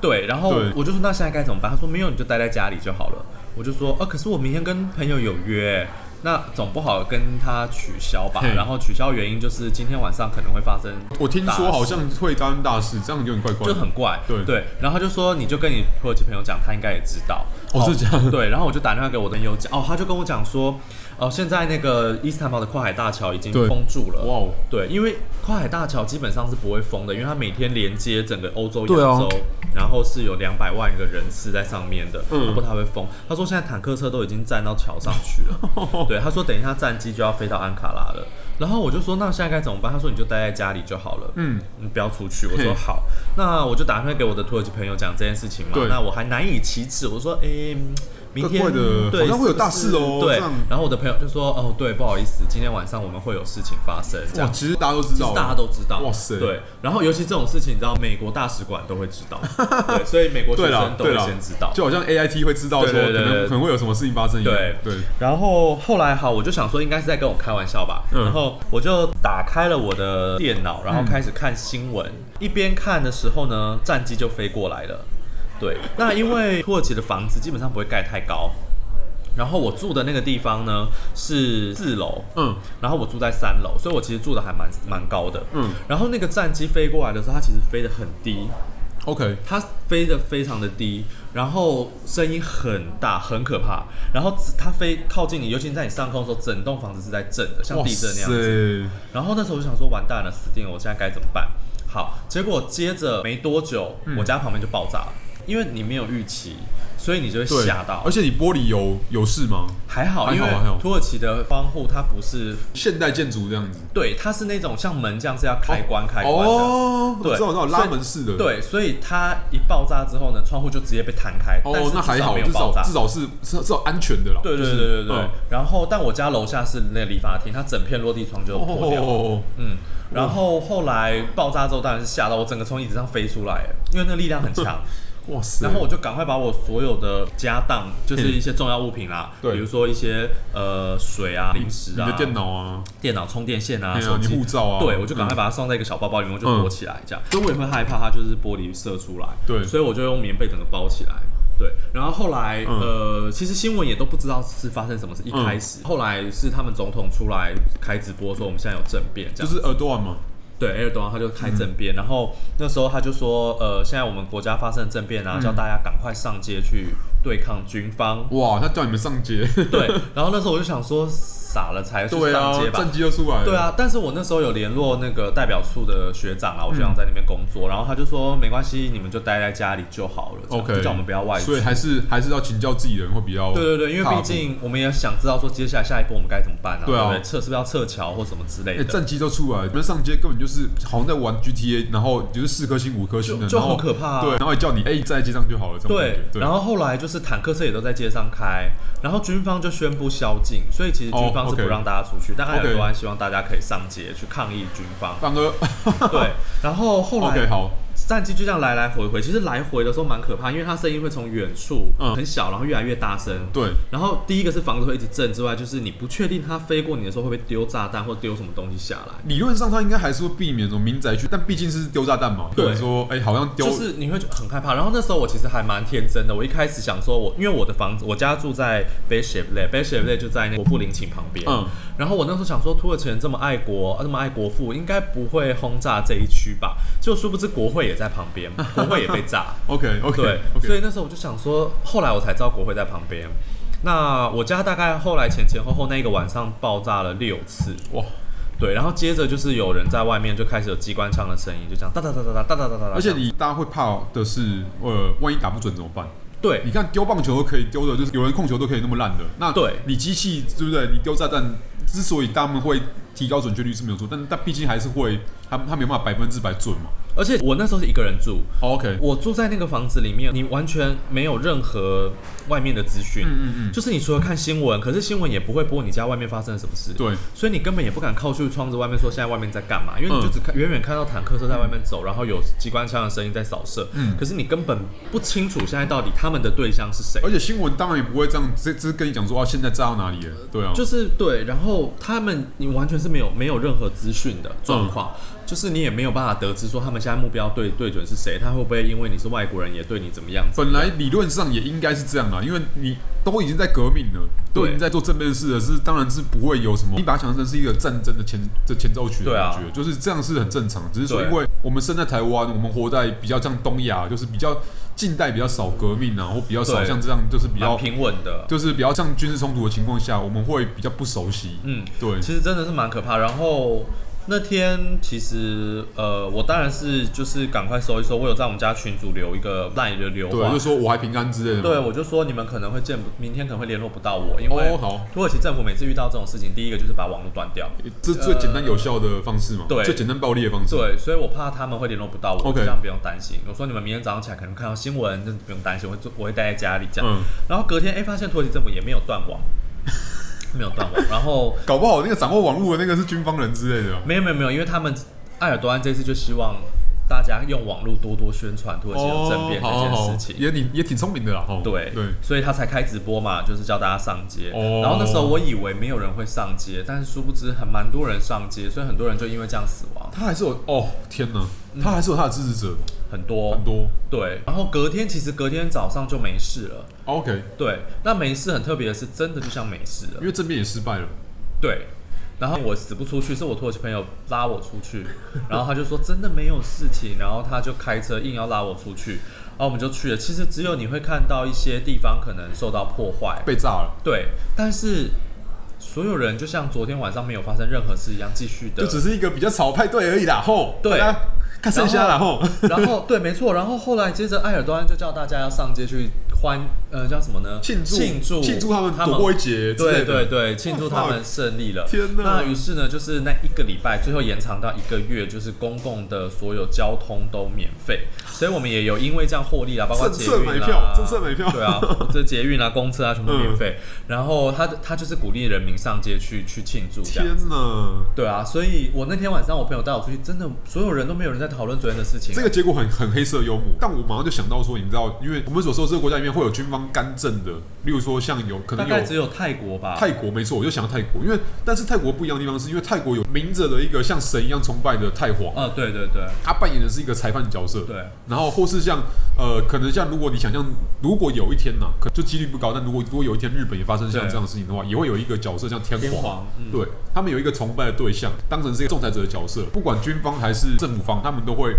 [SPEAKER 2] 对，然后
[SPEAKER 1] 对
[SPEAKER 2] 我就说那现在该怎么办？他说没有，你就待在家里就好了。我就说，呃，可是我明天跟朋友有约，那总不好跟他取消吧
[SPEAKER 1] 嘿？
[SPEAKER 2] 然后取消原因就是今天晚上可能会发生，
[SPEAKER 1] 我听说好像会发生大事，这样有点怪怪的。
[SPEAKER 2] 就很怪，
[SPEAKER 1] 对
[SPEAKER 2] 对。然后他就说你就跟你土耳其朋友讲，他应该也知道。
[SPEAKER 1] 哦是这样
[SPEAKER 2] 对，然后我就打电话给我的朋友讲，哦，他就跟我讲说，哦，现在那个伊斯坦堡的跨海大桥已经
[SPEAKER 1] 对
[SPEAKER 2] 封住了。
[SPEAKER 1] 哇哦，
[SPEAKER 2] 对，因为跨海大桥基本上是不会封的，因为它每天连接整个欧洲、亚
[SPEAKER 1] 对啊
[SPEAKER 2] 洲，然后是有两百万个人次在上面的，
[SPEAKER 1] 嗯
[SPEAKER 2] 它不太会封。他说现在坦克车都已经站到桥上去
[SPEAKER 1] <laughs>
[SPEAKER 2] 了，对，他说等一下战机就要飞到安卡拉了。然后我就说那现在该怎么办？他说你就待在家里就好了，
[SPEAKER 1] 嗯，
[SPEAKER 2] 你不要出去。我
[SPEAKER 1] 嘿
[SPEAKER 2] 说好，那我就打电话给我的土耳其朋友讲这件事情嘛
[SPEAKER 1] 对。
[SPEAKER 2] 那我还难以启齿，我说诶。嗯明天
[SPEAKER 1] 怪怪的
[SPEAKER 2] 对
[SPEAKER 1] 好像会有
[SPEAKER 2] 是不是
[SPEAKER 1] 大事哦
[SPEAKER 2] 对
[SPEAKER 1] 这样，
[SPEAKER 2] 然后我的朋友就说：“哦，对，不好意思，今天晚上我们会有事情发生。” <laughs> 这
[SPEAKER 1] 哇，
[SPEAKER 2] 样。
[SPEAKER 1] 其实大家都知
[SPEAKER 2] 其
[SPEAKER 1] 道
[SPEAKER 2] 实
[SPEAKER 1] 了，
[SPEAKER 2] 大家都知道，
[SPEAKER 1] 哇塞
[SPEAKER 2] 对。然后尤其这种事情，你知道，美国大使馆都会知
[SPEAKER 1] <laughs>
[SPEAKER 2] 道，对，所以美国学
[SPEAKER 1] 对啦
[SPEAKER 2] 生都
[SPEAKER 1] 对
[SPEAKER 2] 会
[SPEAKER 1] 啦
[SPEAKER 2] 先知道。
[SPEAKER 1] 就好像 A I T 会知道说
[SPEAKER 2] 对
[SPEAKER 1] 可
[SPEAKER 2] 对对
[SPEAKER 1] 能
[SPEAKER 2] 对
[SPEAKER 1] 可能会有什么事情发生一样，
[SPEAKER 2] 对
[SPEAKER 1] 对，
[SPEAKER 2] 然后后来好，我就想说应该是在跟我开玩笑吧，
[SPEAKER 1] 嗯
[SPEAKER 2] 然后我就打开了我的电脑，然后开始看新闻。一边看的时候呢，战机就飞过来了。对，那因为土耳其的房子基本上不会盖太高，然后我住的那个地方呢是四楼，
[SPEAKER 1] 嗯，
[SPEAKER 2] 然后我住在三楼，所以我其实住的还蛮蛮高的，
[SPEAKER 1] 嗯。
[SPEAKER 2] 然后那个战机飞过来的时候，它其实飞得很低，
[SPEAKER 1] OK，
[SPEAKER 2] 它飞得非常的低，然后声音很大，很可怕。然后只它飞靠近你，尤其在你上空的时候，整栋房子是在震的，像
[SPEAKER 1] 哇
[SPEAKER 2] 地震那样子。
[SPEAKER 1] 塞，
[SPEAKER 2] 然后那时候我就想说，完蛋了，死定了，我现在该怎么办？好，结果接着没多久，
[SPEAKER 1] 嗯
[SPEAKER 2] 我家旁边就爆炸了，因为你没有预期，所以你就会
[SPEAKER 1] 对，
[SPEAKER 2] 吓到
[SPEAKER 1] 而。且你玻璃有有事吗？
[SPEAKER 2] 还好，
[SPEAKER 1] 还
[SPEAKER 2] 因
[SPEAKER 1] 好
[SPEAKER 2] 为
[SPEAKER 1] 还好
[SPEAKER 2] 土耳其的窗户它不是，
[SPEAKER 1] 现代建筑这样子，
[SPEAKER 2] 对，它是那种像门这样是要开关开关的。
[SPEAKER 1] 哦，我
[SPEAKER 2] 对
[SPEAKER 1] 知道我知道
[SPEAKER 2] 所以
[SPEAKER 1] 拉门式的，，
[SPEAKER 2] 对，所以它一爆炸之后呢，窗户就直接被弹开，但
[SPEAKER 1] 哦
[SPEAKER 2] 是，
[SPEAKER 1] 那还好，
[SPEAKER 2] 没有
[SPEAKER 1] 至
[SPEAKER 2] 爆
[SPEAKER 1] 少
[SPEAKER 2] 炸。
[SPEAKER 1] 至少是至少至少安全的啦，
[SPEAKER 2] 对对
[SPEAKER 1] 就是
[SPEAKER 2] 对对对。
[SPEAKER 1] 嗯
[SPEAKER 2] 然后，但我家楼下是那个理发厅，它整片落地窗就
[SPEAKER 1] 哦
[SPEAKER 2] 破掉了。
[SPEAKER 1] 哦哦
[SPEAKER 2] 嗯，然后后来爆炸之后，当然是吓到我整个从椅子上飞出来，因为那力量
[SPEAKER 1] <laughs>
[SPEAKER 2] 很强。
[SPEAKER 1] 哦，哇塞，
[SPEAKER 2] 然后我就赶快把我所有的家当，就是一些重要物品啦，
[SPEAKER 1] 对
[SPEAKER 2] 比如说一些呃水啊、零食啊、
[SPEAKER 1] 你的电脑啊，
[SPEAKER 2] 电脑充电线啊、
[SPEAKER 1] 对啊
[SPEAKER 2] 手机
[SPEAKER 1] 你护照啊嗯
[SPEAKER 2] 对我就赶快把它放在一个小包包里面，我就躲起来这样。所以我也会害怕它就是玻璃射出来，
[SPEAKER 1] 对
[SPEAKER 2] 所以我就用棉被整个包起来。对，然后后来、
[SPEAKER 1] 嗯
[SPEAKER 2] 呃，其实新闻也都不知道是发生什么事，一开始、后来是他们总统出来开直播说我们现在有政变，这
[SPEAKER 1] 就
[SPEAKER 2] 样
[SPEAKER 1] 是嗯耳朵啊嘛，
[SPEAKER 2] 对，埃尔多安他就开政变，然后那时候他就说，呃，现在我们国家发生政变
[SPEAKER 1] 嗯
[SPEAKER 2] 啊，叫大家赶快上街去对抗军方。
[SPEAKER 1] 哇，他叫你们上街，
[SPEAKER 2] 对，然后那时候我就想说，傻了才去
[SPEAKER 1] 对
[SPEAKER 2] 上
[SPEAKER 1] 啊
[SPEAKER 2] 街，吧
[SPEAKER 1] 战。机都出来了，
[SPEAKER 2] 对，啊，但是我那时候有联络那个代表处的学长啊，我
[SPEAKER 1] 嗯
[SPEAKER 2] 学长在那边工作，然后他就说没关系，你们就待在家里就好了这样
[SPEAKER 1] OK
[SPEAKER 2] 就叫我们不要外出
[SPEAKER 1] 所以。还是还是要请教自己人会比较，
[SPEAKER 2] 对对对，因为毕竟我们也想知道说接下来下一步我们该怎么办啊，
[SPEAKER 1] 对啊
[SPEAKER 2] 不撤是不是要撤侨或什么之类
[SPEAKER 1] 哎，
[SPEAKER 2] 的，
[SPEAKER 1] 战机都出来，你们上街根本就是好像在玩 GTA，然后就是四颗星、五颗星的，
[SPEAKER 2] 就就
[SPEAKER 1] 然后
[SPEAKER 2] 很可怕啊
[SPEAKER 1] 对，然后也叫你哎、在街上就好了，这种感
[SPEAKER 2] 对
[SPEAKER 1] 觉，对，
[SPEAKER 2] 然后后来就是坦克车也都在街上开，然后军方就宣布宵禁，所以其实军方
[SPEAKER 1] 哦
[SPEAKER 2] 是
[SPEAKER 1] ，OK
[SPEAKER 2] 不让大家出去，但埃
[SPEAKER 1] OK
[SPEAKER 2] 尔多安希望大家可以上街去抗议军
[SPEAKER 1] <laughs>。
[SPEAKER 2] 方
[SPEAKER 1] 反而
[SPEAKER 2] 对，然后后
[SPEAKER 1] OK
[SPEAKER 2] 来
[SPEAKER 1] 好，
[SPEAKER 2] 战机就这样来来回回，其实来回的时候蛮可怕，因为它声音会从远处
[SPEAKER 1] 嗯
[SPEAKER 2] 很小，然后越来越大声。
[SPEAKER 1] 对，
[SPEAKER 2] 然后第一个是房子会一直震之外，就是你不确定它飞过你的时候会不会丢炸弹或丢什么东西下来。
[SPEAKER 1] 理论上他应该还是会避免这种民宅去，但毕竟是丢炸弹嘛，
[SPEAKER 2] 对
[SPEAKER 1] 有人说哎、好像丢，
[SPEAKER 2] 就是你会觉得很害怕。然后那时候我其实还蛮天真的，我一开始想说我，因为我的房子，我家住在 b e s h e v l e b e s h e v l e 就在那个国父陵寝旁边。
[SPEAKER 1] 嗯，
[SPEAKER 2] 然后我那时候想说，土耳其人这么爱国，啊这么爱国父，应该不会轰炸这一区吧？就殊不知国会也在旁边，国会也被炸。
[SPEAKER 1] OK OK
[SPEAKER 2] 对
[SPEAKER 1] OK，
[SPEAKER 2] 所以那时候我就想说，后来我才知道国会在旁边。那我家大概后来前前后后那一个晚上爆炸了六次，
[SPEAKER 1] 哇，
[SPEAKER 2] 对，然后接着就是有人在外面就开始有机关枪的声音，就这样哒哒哒哒哒哒哒哒哒哒，
[SPEAKER 1] 而且你大家会怕的是，呃，万一打不准怎么办？
[SPEAKER 2] 对
[SPEAKER 1] 你看丢棒球都可以丢的，就是有人控球都可以那么烂的，那
[SPEAKER 2] 对
[SPEAKER 1] 你机器对不对？你丢炸弹之所以他们会提高准确率是没有错，但但毕竟还是会，他他没有办法百分之百准嘛。
[SPEAKER 2] 而且我那时候是一个人住，
[SPEAKER 1] o OK，
[SPEAKER 2] 我住在那个房子里面，你完全没有任何外面的资讯，
[SPEAKER 1] 嗯嗯嗯，
[SPEAKER 2] 就是你除了看新闻，可是新闻也不会播你家外面发生了什么事，，
[SPEAKER 1] 对，
[SPEAKER 2] 所以你根本也不敢靠去窗子外面说现在外面在干嘛，因为你就
[SPEAKER 1] 嗯
[SPEAKER 2] 只看远远看到坦克车在外面走，然后有机关枪的声音在扫射，
[SPEAKER 1] 嗯
[SPEAKER 2] 可是你根本不清楚现在到底他们的对象是谁。
[SPEAKER 1] 而且新闻当然也不会这样直直跟你讲说啊，现在炸到哪里了？对啊，
[SPEAKER 2] 就是对，然后他们你完全是没有没有任何资讯的状况，
[SPEAKER 1] 嗯
[SPEAKER 2] 就是你也没有办法得知说他们现在目标对对准是谁，他会不会因为你是外国人也对你怎么样？
[SPEAKER 1] 本来理论上也应该是这样啦，因为你都已经在革命了，都已经
[SPEAKER 2] 对
[SPEAKER 1] 在做正面的事了，是当然是不会有什么，你把它想成是一个战争的前的前奏曲的
[SPEAKER 2] 对啊
[SPEAKER 1] 感觉，就是这样是很正常。只是说，
[SPEAKER 2] 对
[SPEAKER 1] 因为我们生在台湾，我们活在比较像东亚，就是比较近代比较少革命啊，或比较少
[SPEAKER 2] 对
[SPEAKER 1] 像这样，就是比
[SPEAKER 2] 蛮
[SPEAKER 1] 较
[SPEAKER 2] 平稳的。
[SPEAKER 1] 就是比较像军事冲突的情况下，我们会比较不熟悉。
[SPEAKER 2] 嗯，
[SPEAKER 1] 对，
[SPEAKER 2] 其实真的是蛮可怕。然后那天其实呃，我当然是就是赶快搜一搜，我有在我们家群组留一个赖的留
[SPEAKER 1] 对，
[SPEAKER 2] 话
[SPEAKER 1] 就，说我还平安之类的嘛。
[SPEAKER 2] 对我就说你们可能会见不，明天可能会联络不到我，因为
[SPEAKER 1] 嗯哦好嗯
[SPEAKER 2] 土耳其政府每次遇到这种事情，第一个就是把网络断掉，
[SPEAKER 1] 这最简单有效的方式嘛，
[SPEAKER 2] 呃对
[SPEAKER 1] 最简单暴力的方式。
[SPEAKER 2] 对，所以我怕他们会联络不到我，
[SPEAKER 1] OK
[SPEAKER 2] 这样不用担心。我说你们明天早上起来可能看到新闻，那不用担心，我会做我会待在家里这样。
[SPEAKER 1] 嗯
[SPEAKER 2] 然后隔天哎、诶发现土耳其政府也没有断网， <laughs> 没有断网，然后
[SPEAKER 1] 搞不好那个掌握网络的那个是军方人之类的啊。
[SPEAKER 2] 没有没有没有，因为他们埃尔多安这次就希望大家用网络多多宣传土耳其的政变这
[SPEAKER 1] 哦好好
[SPEAKER 2] 件
[SPEAKER 1] 好
[SPEAKER 2] 事情。
[SPEAKER 1] 也挺也挺聪明的啦。哦，
[SPEAKER 2] 对
[SPEAKER 1] 对，
[SPEAKER 2] 所以他才开直播嘛，就是叫大家上街。
[SPEAKER 1] 哦
[SPEAKER 2] 然后那时候我以为没有人会上街，但是殊不知很蛮多人上街，所以很多人就因为这样死亡，
[SPEAKER 1] 他还是有哦，天哪，
[SPEAKER 2] 嗯
[SPEAKER 1] 他还是有他的支持者，
[SPEAKER 2] 很多
[SPEAKER 1] 很多。
[SPEAKER 2] 对。然后隔天其实隔天早上就没事了，
[SPEAKER 1] OK，
[SPEAKER 2] 对。那没事很特别的是，真的就像没事了
[SPEAKER 1] 因，为政变也失败了。
[SPEAKER 2] 对。然后我死不出去，是我土耳其朋友拉我出
[SPEAKER 1] <laughs>
[SPEAKER 2] 去，然后他就说真的没有事情，然后他就开车硬要拉我出去，然后我们就去了。其实只有你会看到一些地方可能受到破坏，
[SPEAKER 1] 被炸了，
[SPEAKER 2] 对，但是所有人就像昨天晚上没有发生任何事一样，继续的
[SPEAKER 1] 就。只是一个比较吵派对而已啦。吼，
[SPEAKER 2] 对
[SPEAKER 1] 大家看剩下啦。吼，
[SPEAKER 2] 然后对，没错。然后后来接着埃尔多安就叫大家要上街去欢，呃，叫什么呢？
[SPEAKER 1] 庆祝
[SPEAKER 2] 庆祝
[SPEAKER 1] 庆祝他们躲过一劫之
[SPEAKER 2] 对
[SPEAKER 1] 类的
[SPEAKER 2] 对对，庆祝
[SPEAKER 1] fuck
[SPEAKER 2] 他们胜利了。
[SPEAKER 1] 天哪
[SPEAKER 2] 那于是呢，就是那一个礼拜，最后延长到一个月，就是公共的所有交通都免费，所以我们也有因为这样获利啦，包括
[SPEAKER 1] 政
[SPEAKER 2] 捷
[SPEAKER 1] 策买
[SPEAKER 2] 运啦
[SPEAKER 1] 票，政策买票嗯
[SPEAKER 2] 对啊，这捷运啊、公车啊，全部免费。然后他他就是鼓励人民上街去去庆祝 <laughs> 这样
[SPEAKER 1] 天哪，
[SPEAKER 2] 对啊，所以我那天晚上我朋友带我出去，真的所有人都没有人在讨论昨天的事情。
[SPEAKER 1] 这个结果很很黑色幽默，但我马上就想到说，你知道，因为我们所说的这个国家里面会有军方干政的，例如说像有可
[SPEAKER 2] 大
[SPEAKER 1] 能
[SPEAKER 2] 概只
[SPEAKER 1] 有
[SPEAKER 2] 有泰国吧。
[SPEAKER 1] 泰国，没错，我就想到泰国，因为但是泰国不一样的地方是因为泰国有明着的一个像神一样崇拜的泰皇，
[SPEAKER 2] 啊，对对对
[SPEAKER 1] 他扮演的是一个裁判角色，
[SPEAKER 2] 对，
[SPEAKER 1] 然后或是像呃，可能像如果你想象，如果有一天呐、可就几率不高，但如果如果有一天日本也发生像
[SPEAKER 2] 对
[SPEAKER 1] 这样的事情的话，也会有一个角色像天皇，
[SPEAKER 2] 天皇嗯
[SPEAKER 1] 对他们有一个崇拜的对象，当成是一个仲裁者的角色，不管军方还是政府方，他们都会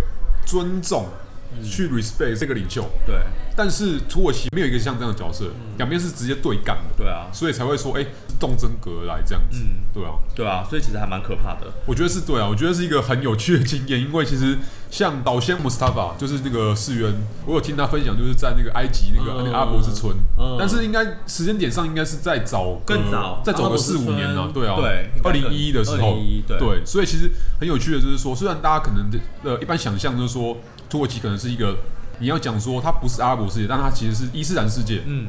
[SPEAKER 1] 尊重。
[SPEAKER 2] 嗯
[SPEAKER 1] 去 respect 这个领袖，
[SPEAKER 2] 对
[SPEAKER 1] 但是土耳其没有一个像这样的角色，
[SPEAKER 2] 嗯
[SPEAKER 1] 两边是直接对干的，
[SPEAKER 2] 对啊，
[SPEAKER 1] 所以才会说，哎、是动真格来这样子，
[SPEAKER 2] 嗯
[SPEAKER 1] 对啊，
[SPEAKER 2] 对啊，所以其实还蛮可怕的。
[SPEAKER 1] 我觉得是对啊，我觉得是一个很有趣的经验，因为其实像岛仙 Mustafa 就是那个世元，我有听他分享，就是在那个埃及那个、
[SPEAKER 2] 嗯
[SPEAKER 1] 那个阿伯之村，
[SPEAKER 2] 嗯
[SPEAKER 1] 但是应该时间点上应该是再早个
[SPEAKER 2] 更早
[SPEAKER 1] 再早
[SPEAKER 2] 阿
[SPEAKER 1] 个
[SPEAKER 2] 伯之
[SPEAKER 1] 四五
[SPEAKER 2] 村
[SPEAKER 1] 年了、对啊，
[SPEAKER 2] 对应
[SPEAKER 1] 二
[SPEAKER 2] 该更
[SPEAKER 1] 零一一的时候
[SPEAKER 2] 2011对
[SPEAKER 1] 所以其实很有趣的就是说，虽然大家可能呃一般想象就是说土耳其可能是一个你要讲说它不是阿拉伯世界，但它其实是伊斯兰世界，
[SPEAKER 2] 嗯，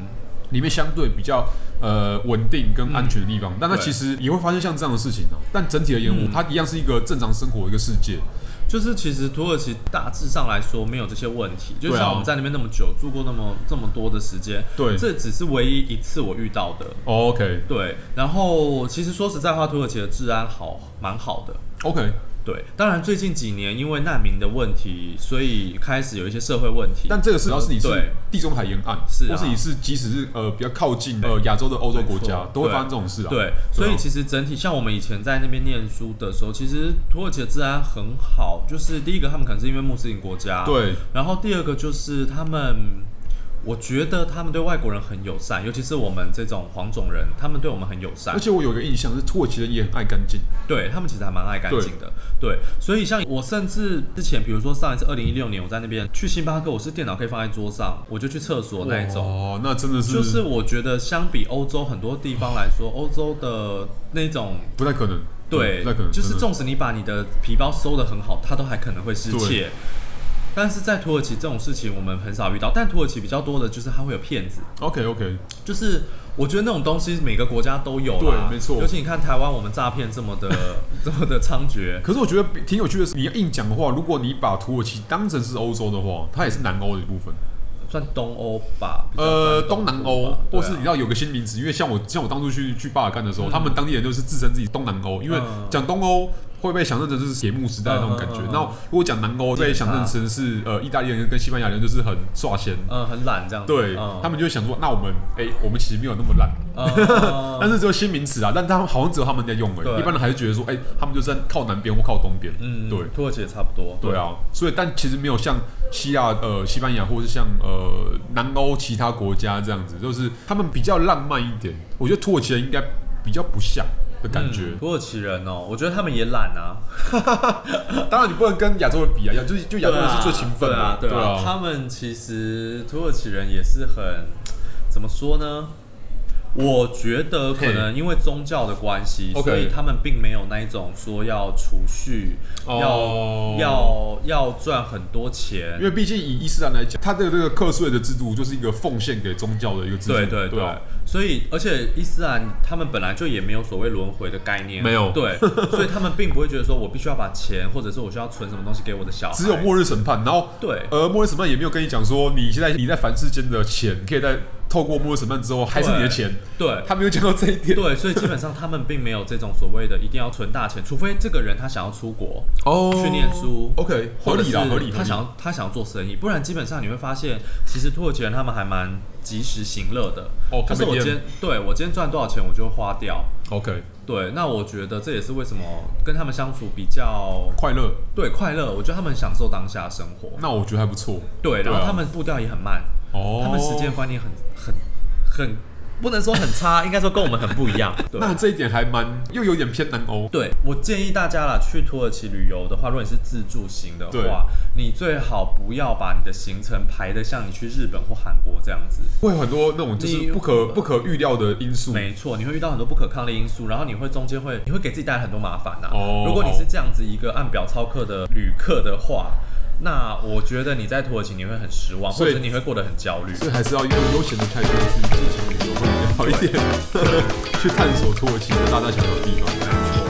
[SPEAKER 1] 里面相对比较呃稳定跟安全的地方，但它
[SPEAKER 2] 嗯对嗯
[SPEAKER 1] 其实也会发生像这样的事情哦、但整体而言，我它一样是一个正常生活的一个世界。
[SPEAKER 2] 就是其实土耳其大致上来说没有这些问题，就
[SPEAKER 1] 对啊
[SPEAKER 2] 像我们在那边那么久，住过那么这么多的时间，
[SPEAKER 1] 对
[SPEAKER 2] 这只是唯一一次我遇到的。
[SPEAKER 1] OK
[SPEAKER 2] 对，然后其实说实在话，土耳其的治安好蛮好的。
[SPEAKER 1] OK，
[SPEAKER 2] 对，当然最近几年因为难民的问题，所以开始有一些社会问题。
[SPEAKER 1] 但这个是只要是你是
[SPEAKER 2] 对
[SPEAKER 1] 地中海沿岸，
[SPEAKER 2] 是啊
[SPEAKER 1] 或是你是即使是呃比较靠近呃亚洲的欧洲国
[SPEAKER 2] 没
[SPEAKER 1] 家
[SPEAKER 2] 错，
[SPEAKER 1] 都会发生这种事啊。
[SPEAKER 2] 对
[SPEAKER 1] 啊，
[SPEAKER 2] 所以其实整体像我们以前在那边念书的时候，其实土耳其的治安很好，就是第一个他们可能是因为穆斯林国家，，
[SPEAKER 1] 对
[SPEAKER 2] 然后第二个就是他们。我觉得他们对外国人很友善，尤其是我们这种黄种人，他们对我们很友善
[SPEAKER 1] 而，且我有一个印象是土耳其人也很爱干净。
[SPEAKER 2] 对他们其实还蛮爱干净的。对，所以像我甚至之前，比如说上一次二零一六年，我在那边去星巴克，我是电脑可以放在桌上，我就去厕所那一种。
[SPEAKER 1] 哦，那真的是
[SPEAKER 2] 就是我觉得相比欧洲很多地方来说，欧洲的那种
[SPEAKER 1] 不太可能，
[SPEAKER 2] 对
[SPEAKER 1] 不嗯太可能，，
[SPEAKER 2] 就是
[SPEAKER 1] 真的
[SPEAKER 2] 纵使你把你的皮包收的很好，它都还可能会失窃
[SPEAKER 1] 对。
[SPEAKER 2] 但是在土耳其这种事情我们很少遇到，但土耳其比较多的就是它会有骗子，
[SPEAKER 1] OK OK，
[SPEAKER 2] 就是我觉得那种东西每个国家都有啦，
[SPEAKER 1] 对没错
[SPEAKER 2] 尤其你看台湾，我们诈骗
[SPEAKER 1] <laughs>
[SPEAKER 2] 这么的这么的猖獗，
[SPEAKER 1] 可是我觉得挺有趣的是，你要硬讲的话，如果你把土耳其当成是欧洲的话，它也是南欧的一部分。
[SPEAKER 2] 算东欧吧，比较
[SPEAKER 1] 呃，
[SPEAKER 2] 算
[SPEAKER 1] 东南
[SPEAKER 2] 欧
[SPEAKER 1] 欧
[SPEAKER 2] 吧，
[SPEAKER 1] 或是你
[SPEAKER 2] 对
[SPEAKER 1] 知
[SPEAKER 2] 啊
[SPEAKER 1] 道有个新名词，因为像我像我当初去去巴尔干的时候，他们当地人就是自称自己东南欧，因为
[SPEAKER 2] 嗯
[SPEAKER 1] 讲东欧会被想象成就是铁幕时代那种感觉
[SPEAKER 2] 嗯嗯嗯，嗯
[SPEAKER 1] 那如果讲南欧被想象成是呃意大利人跟西班牙人就是很耍闲，
[SPEAKER 2] 嗯很懒这样子，
[SPEAKER 1] 对
[SPEAKER 2] 嗯
[SPEAKER 1] 他们就会想说，那我们哎我们其实没有那么烂，
[SPEAKER 2] 嗯
[SPEAKER 1] <laughs> 但是只有新名词啊，但他们好像只有他们在用而
[SPEAKER 2] 对
[SPEAKER 1] 已，一般人还是觉得说，哎，他们就是在靠南边或靠东边，
[SPEAKER 2] 嗯
[SPEAKER 1] 对。
[SPEAKER 2] 土耳其也差不多，
[SPEAKER 1] 对啊，所以但其实没有像希腊、呃西班牙，或是像呃南欧其他国家这样子，就是他们比较浪漫一点。我觉得土耳其人应该比较不像，的感觉。
[SPEAKER 2] 嗯土耳其人哦，我觉得他们也懒啊，嗯
[SPEAKER 1] 当然你不能跟亚洲人比啊，亚就是就亚洲人是最勤奋的，
[SPEAKER 2] 对啊，对啊，
[SPEAKER 1] 啊
[SPEAKER 2] 他们其实土耳其人也是很怎么说呢？我觉得可能因为宗教的关系
[SPEAKER 1] OK
[SPEAKER 2] 所以他们并没有那一种说要储蓄、
[SPEAKER 1] 哦
[SPEAKER 2] 要要要赚很多钱
[SPEAKER 1] 因，为毕竟以伊斯兰来讲，它的这个课税的制度就是一个奉献给宗教的一个制度，
[SPEAKER 2] 对对对，
[SPEAKER 1] 啊
[SPEAKER 2] 所以而且伊斯兰他们本来就也没有所谓轮回的概念，
[SPEAKER 1] 没有 <laughs>
[SPEAKER 2] 对，所以他们并不会觉得说我必须要把钱或者是我需要存什么东西给我的小孩，
[SPEAKER 1] 只有末日审判，然后
[SPEAKER 2] 对
[SPEAKER 1] 呃，末日审判也没有跟你讲说你现在你在凡世间的钱，可以在透过末日审判之后还是你的钱，
[SPEAKER 2] 对。
[SPEAKER 1] 他没有讲到这一点。
[SPEAKER 2] 对，所以基本上他们并没有这种所谓的一定要存大钱，除非这个人他想要出国，
[SPEAKER 1] 哦
[SPEAKER 2] 去念书
[SPEAKER 1] ，OK，合理啦，
[SPEAKER 2] 或者是
[SPEAKER 1] 合理。
[SPEAKER 2] 他想要他想要做生意，不然基本上你会发现，其实土耳其人他们还蛮及时行乐的。
[SPEAKER 1] 哦
[SPEAKER 2] 就是我
[SPEAKER 1] 他们也
[SPEAKER 2] 今天对我今天赚多少钱，我就花掉。
[SPEAKER 1] 合理 OK，
[SPEAKER 2] 对，那我觉得这也是为什么跟他们相处比较
[SPEAKER 1] 快乐，
[SPEAKER 2] 对快乐。我觉得他们享受当下的生活，
[SPEAKER 1] 那我觉得还不错。
[SPEAKER 2] 对，
[SPEAKER 1] 对啊
[SPEAKER 2] 然后他们步调也很慢，
[SPEAKER 1] 哦，
[SPEAKER 2] 他们时间观念很很很不能说很差，应该说跟我们很不一
[SPEAKER 1] <laughs>
[SPEAKER 2] 样。对。
[SPEAKER 1] 那这一点还蛮又有点偏哦南欧。
[SPEAKER 2] 对，我建议大家啦，去土耳其旅游的话，如果你是自助行的
[SPEAKER 1] 对
[SPEAKER 2] 话，你最好不要把你的行程排得像你去日本或韩国这样子。
[SPEAKER 1] 会有很多那种就是
[SPEAKER 2] 你
[SPEAKER 1] 不可不可预料的因素，
[SPEAKER 2] 没错，你会遇到很多不可抗力因素，然后你会中间会，你会给自己带来很多麻烦呐、啊
[SPEAKER 1] 哦
[SPEAKER 2] 如果你是这样子一个按表操课的旅客的话，那我觉得你在土耳其你会很失望，
[SPEAKER 1] 所
[SPEAKER 2] 或
[SPEAKER 1] 以
[SPEAKER 2] 者你会过得很焦虑。
[SPEAKER 1] 所以还是要用悠闲的态度 <laughs> 去进行旅游会比较好一点，去探索土耳其的大大小小的地方。